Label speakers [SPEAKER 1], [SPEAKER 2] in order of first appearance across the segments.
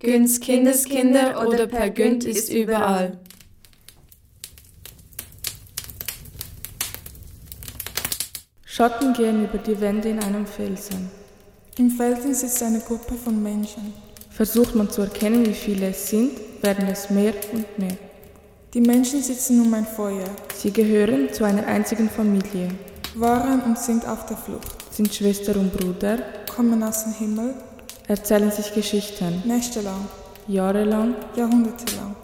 [SPEAKER 1] Günz Kindeskinder oder Per Günd ist überall.
[SPEAKER 2] Schotten gehen über die Wände in einem Felsen.
[SPEAKER 3] Im Felsen sitzt eine Gruppe von Menschen.
[SPEAKER 2] Versucht man zu erkennen, wie viele es sind, werden es mehr und mehr.
[SPEAKER 3] Die Menschen sitzen um ein Feuer,
[SPEAKER 2] Sie gehören zu einer einzigen Familie,
[SPEAKER 3] waren und sind auf der Flucht,
[SPEAKER 2] sind Schwester und Bruder,
[SPEAKER 3] kommen aus dem Himmel,
[SPEAKER 2] erzählen sich Geschichten,
[SPEAKER 3] nächtelang,
[SPEAKER 2] jahrelang.
[SPEAKER 3] jahrhundertelang.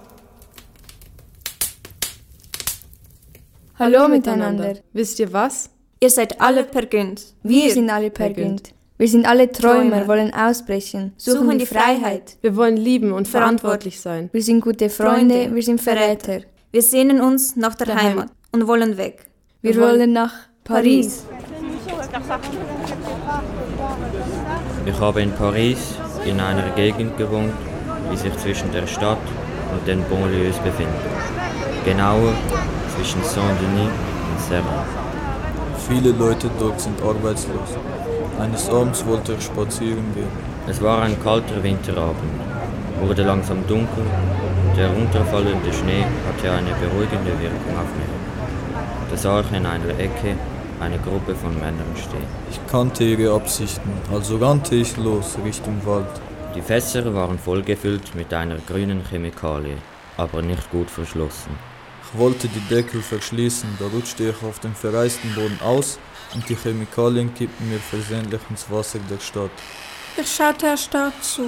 [SPEAKER 1] Hallo miteinander.
[SPEAKER 4] Wisst ihr was?
[SPEAKER 1] Ihr seid alle Per Günd.
[SPEAKER 5] Wir sind alle Per
[SPEAKER 4] Günd.
[SPEAKER 5] Günd. Wir sind alle Träumer,
[SPEAKER 1] Träumer.
[SPEAKER 5] wollen ausbrechen, suchen die Freiheit.
[SPEAKER 4] Wir wollen lieben und
[SPEAKER 5] Verantwortlich.
[SPEAKER 4] verantwortlich sein.
[SPEAKER 5] Wir sind gute Freunde,
[SPEAKER 1] Freunde.
[SPEAKER 5] wir sind Verräter.
[SPEAKER 1] Wir sehnen uns nach der Heimat und wollen weg.
[SPEAKER 5] Wir wollen nach Paris.
[SPEAKER 6] Ich habe in Paris in einer Gegend gewohnt, die sich zwischen der Stadt und den Banlieues befindet. Genauer zwischen Saint-Denis und Serra.
[SPEAKER 7] Viele Leute dort sind arbeitslos. Eines Abends wollte ich spazieren gehen.
[SPEAKER 6] Es war ein kalter Winterabend, wurde langsam dunkel und der runterfallende Schnee hatte eine beruhigende Wirkung auf mich. Da sah ich in einer Ecke eine Gruppe von Männern stehen.
[SPEAKER 7] Ich kannte ihre Absichten, also rannte ich los Richtung Wald.
[SPEAKER 6] Die Fässer waren vollgefüllt mit einer grünen Chemikalie, aber nicht gut verschlossen.
[SPEAKER 7] Ich wollte die Deckel verschließen, da rutschte ich auf dem verreisten Boden aus und die Chemikalien kippten mir versehentlich ins Wasser der Stadt.
[SPEAKER 3] Ich schaute erstarrt zu.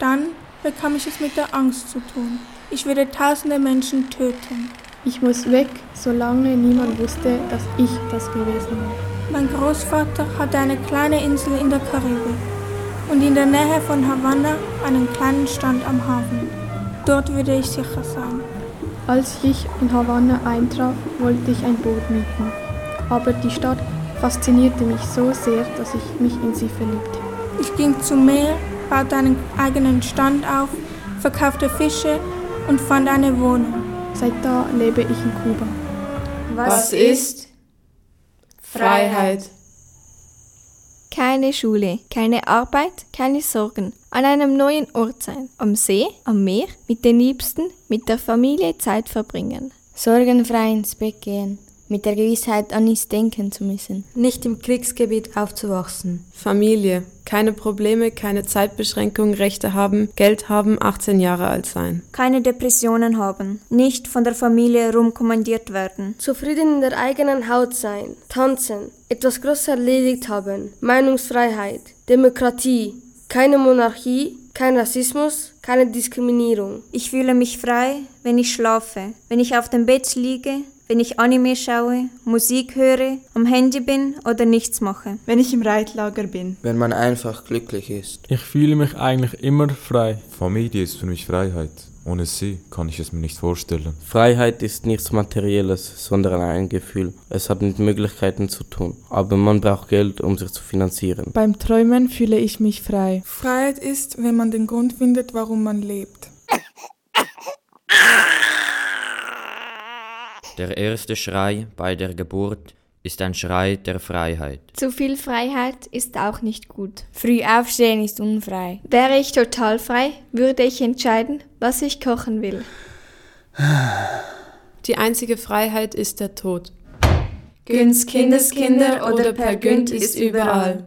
[SPEAKER 3] Dann bekam ich es mit der Angst zu tun. Ich werde tausende Menschen töten.
[SPEAKER 8] Ich muss weg, solange niemand wusste, dass ich das gewesen bin.
[SPEAKER 3] Mein Großvater hatte eine kleine Insel in der Karibik und in der Nähe von Havanna einen kleinen Stand am Hafen. Dort würde ich sicher sein.
[SPEAKER 8] Als ich in Havanna eintraf, wollte ich ein Boot mieten. Aber die Stadt faszinierte mich so sehr, dass ich mich in sie verliebte.
[SPEAKER 3] Ich ging zum Meer, baute einen eigenen Stand auf, verkaufte Fische und fand eine Wohnung.
[SPEAKER 8] Seit da lebe ich in Kuba.
[SPEAKER 1] Was ist Freiheit?
[SPEAKER 9] Keine Schule, keine Arbeit, keine Sorgen. An einem neuen Ort sein. Am See, am Meer, mit den Liebsten, mit der Familie Zeit verbringen.
[SPEAKER 10] Sorgenfrei ins Bett gehen, mit der Gewissheit an nichts denken zu müssen. Nicht im Kriegsgebiet aufzuwachsen.
[SPEAKER 4] Familie. Keine Probleme, keine Zeitbeschränkung, Rechte haben, Geld haben, 18 Jahre alt sein.
[SPEAKER 1] Keine Depressionen haben. Nicht von der Familie rumkommandiert werden.
[SPEAKER 11] Zufrieden in der eigenen Haut sein, tanzen, etwas Großes erledigt haben, Meinungsfreiheit, Demokratie, keine Monarchie, kein Rassismus, keine Diskriminierung.
[SPEAKER 1] Ich fühle mich frei, wenn ich schlafe, wenn ich auf dem Bett liege, wenn ich Anime schaue, Musik höre, am Handy bin oder nichts mache.
[SPEAKER 10] Wenn ich im Reitlager bin.
[SPEAKER 12] wenn man einfach glücklich ist.
[SPEAKER 13] Ich fühle mich eigentlich immer frei.
[SPEAKER 7] Familie ist für mich Freiheit. Ohne sie kann ich es mir nicht vorstellen.
[SPEAKER 12] Freiheit ist nichts Materielles, sondern ein Gefühl. Es hat mit Möglichkeiten zu tun, aber man braucht Geld, um sich zu finanzieren.
[SPEAKER 2] Beim Träumen fühle ich mich frei.
[SPEAKER 3] Freiheit ist, wenn man den Grund findet, warum man lebt.
[SPEAKER 6] Der erste Schrei bei der Geburt ist ein Schrei der Freiheit.
[SPEAKER 9] Zu viel Freiheit ist auch nicht gut.
[SPEAKER 5] Früh aufstehen ist unfrei.
[SPEAKER 9] Wäre ich total frei, würde ich entscheiden, was ich kochen will.
[SPEAKER 4] Die einzige Freiheit ist der Tod.
[SPEAKER 1] Günz Kindeskinder oder Per Günd ist überall.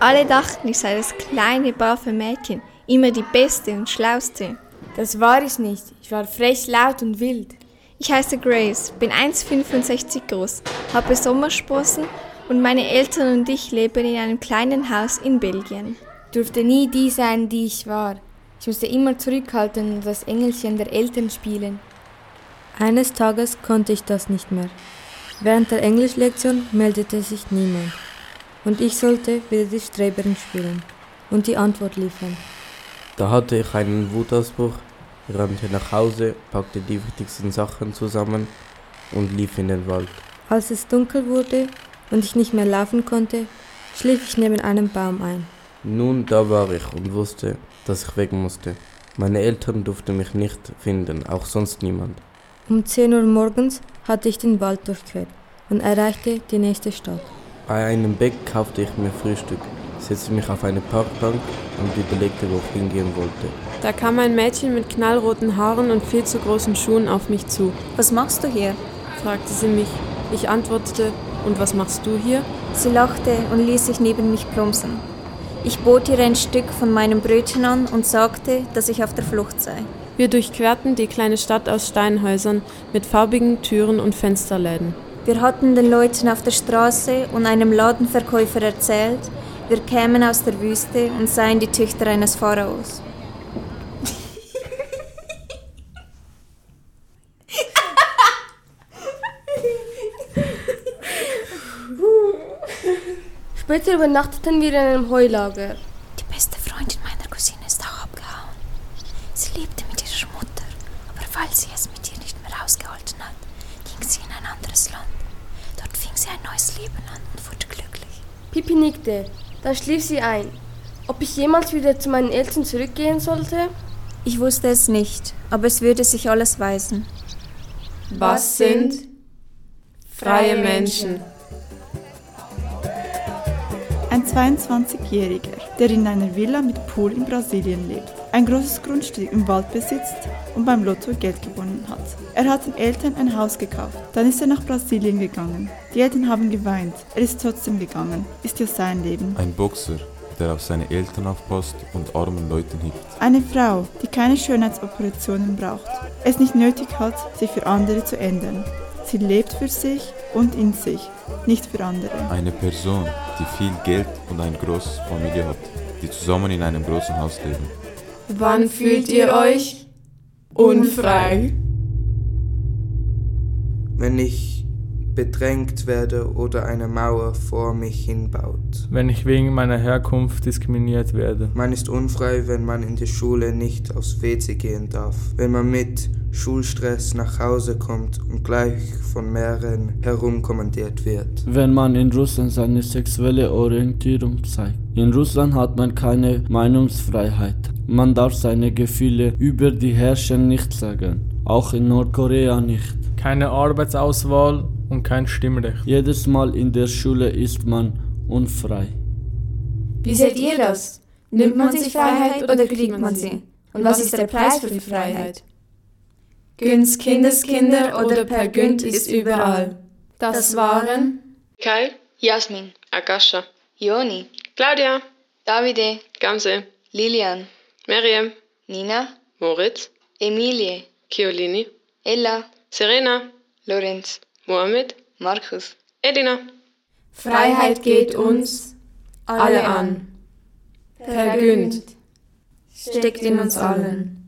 [SPEAKER 9] Alle dachten, ich sei das kleine, brave Mädchen, immer die Beste und Schlauste.
[SPEAKER 5] Das war ich nicht. Ich war frech, laut und wild.
[SPEAKER 9] Ich heiße Grace, bin 1,65 groß, habe Sommersprossen und meine Eltern und ich leben in einem kleinen Haus in Belgien.
[SPEAKER 10] Durfte nie die sein, die ich war. Ich musste immer zurückhalten und das Engelchen der Eltern spielen.
[SPEAKER 5] Eines Tages konnte ich das nicht mehr. Während der Englischlektion meldete sich niemand. Und ich sollte wieder die Streberin spielen und die Antwort liefern.
[SPEAKER 12] Da hatte ich einen Wutausbruch, rannte nach Hause, packte die wichtigsten Sachen zusammen und lief in den Wald.
[SPEAKER 5] Als es dunkel wurde und ich nicht mehr laufen konnte, schlief ich neben einem Baum ein.
[SPEAKER 12] Nun, da war ich und wusste, dass ich weg musste. Meine Eltern durften mich nicht finden, auch sonst niemand.
[SPEAKER 5] Um 10 Uhr morgens hatte ich den Wald durchquert und erreichte die nächste Stadt.
[SPEAKER 12] Bei einem Bäck kaufte ich mir Frühstück.
[SPEAKER 14] setzte mich auf eine Parkbank und überlegte, wo ich hingehen wollte.
[SPEAKER 4] Da kam ein Mädchen mit knallroten Haaren und viel zu großen Schuhen auf mich zu.
[SPEAKER 3] Was machst du hier?
[SPEAKER 4] fragte sie mich. Ich antwortete, und was machst du hier?
[SPEAKER 3] Sie lachte und ließ sich neben mich plumpsen. Ich bot ihr ein Stück von meinem Brötchen an und sagte, dass ich auf der Flucht sei.
[SPEAKER 4] Wir durchquerten die kleine Stadt aus Steinhäusern mit farbigen Türen und Fensterläden.
[SPEAKER 3] Wir hatten den Leuten auf der Straße und einem Ladenverkäufer erzählt, wir kämen aus der Wüste und seien die Töchter eines Pharaos.
[SPEAKER 15] Später übernachteten wir in einem Heulager.
[SPEAKER 16] Die beste Freundin meiner Cousine ist auch abgehauen. Sie lebte mit ihrer Mutter, aber weil sie es mit ihr nicht mehr ausgehalten hat, ging sie in ein anderes Land. Dort fing sie ein neues Leben an und wurde glücklich.
[SPEAKER 15] Pipi nickte, dann schlief sie ein. Ob ich jemals wieder zu meinen Eltern zurückgehen sollte?
[SPEAKER 3] Ich wusste es nicht, aber es würde sich alles weisen.
[SPEAKER 4] Was sind freie Menschen?
[SPEAKER 2] Ein 22-Jähriger, der in einer Villa mit Pool in Brasilien lebt, ein großes Grundstück im Wald besitzt und beim Lotto Geld gewonnen hat. Er hat den Eltern ein Haus gekauft, dann ist er nach Brasilien gegangen. Die Eltern haben geweint, er ist trotzdem gegangen, ist ja sein Leben.
[SPEAKER 7] Ein Boxer, der auf seine Eltern aufpasst und armen Leuten hilft.
[SPEAKER 2] Eine Frau, die keine Schönheitsoperationen braucht, es nicht nötig hat, sich für andere zu ändern. Sie lebt für sich und in sich, nicht für andere.
[SPEAKER 7] Eine Person, die viel Geld und eine große Familie hat, die zusammen in einem großen Haus leben.
[SPEAKER 4] Wann fühlt ihr euch unfrei?
[SPEAKER 17] Wenn ich bedrängt werde oder eine Mauer vor mich hinbaut.
[SPEAKER 18] Wenn ich wegen meiner Herkunft diskriminiert werde.
[SPEAKER 17] Man ist unfrei, wenn man in die Schule nicht aufs WC gehen darf, wenn man mit Schulstress nach Hause kommt und gleich von mehreren herumkommandiert wird.
[SPEAKER 6] Wenn man in Russland seine sexuelle Orientierung zeigt. In Russland hat man keine Meinungsfreiheit. Man darf seine Gefühle über die Herrscher nicht sagen. Auch in Nordkorea nicht.
[SPEAKER 18] Keine Arbeitsauswahl und kein Stimmrecht.
[SPEAKER 6] Jedes Mal in der Schule ist man unfrei.
[SPEAKER 19] Wie seht ihr das? Nimmt man sich Freiheit oder kriegt man sie? Und was ist der Preis für die Freiheit?
[SPEAKER 5] Günz Kindeskinder oder Per Günd ist überall. Das waren
[SPEAKER 20] Kai, Jasmin, Agasha,
[SPEAKER 21] Joni,
[SPEAKER 20] Claudia,
[SPEAKER 21] Davide,
[SPEAKER 20] Gamse,
[SPEAKER 21] Lilian,
[SPEAKER 20] Miriam,
[SPEAKER 21] Nina,
[SPEAKER 20] Moritz,
[SPEAKER 21] Emilie,
[SPEAKER 20] Chiolini,
[SPEAKER 21] Ella,
[SPEAKER 20] Serena,
[SPEAKER 21] Lorenz,
[SPEAKER 20] Mohammed,
[SPEAKER 21] Markus,
[SPEAKER 20] Edina.
[SPEAKER 5] Freiheit geht uns alle an. Per Günd steckt in uns allen.